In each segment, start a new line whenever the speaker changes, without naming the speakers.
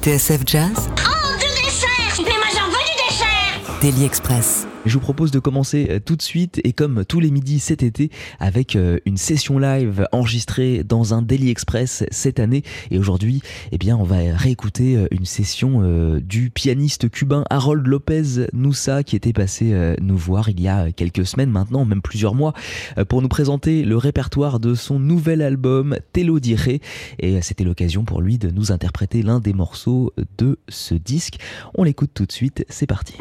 TSF Jazz,
Oh, du dessert Mais moi j'en veux du dessert
Daily Express.
Je vous propose de commencer euh, tout de suite et comme tous les midis cet été avec euh, une session live enregistrée dans un Daily Express cette année et aujourd'hui eh bien on va réécouter euh, une session euh, du pianiste cubain Harold Lopez Noussa qui était passé euh, nous voir il y a quelques semaines maintenant même plusieurs mois euh, pour nous présenter le répertoire de son nouvel album Telo Dire et euh, c'était l'occasion pour lui de nous interpréter l'un des morceaux de ce disque. On l'écoute tout de suite, c'est parti.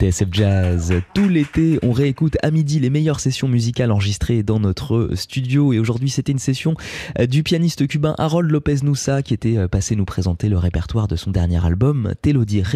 TSF Jazz. Tout l'été, on réécoute à midi les meilleures sessions musicales enregistrées dans notre studio. Et aujourd'hui, c'était une session euh, du euh, pianiste cubain Harold Lopez Noussa qui était passé nous présenter le répertoire de son dernier album, Télodire.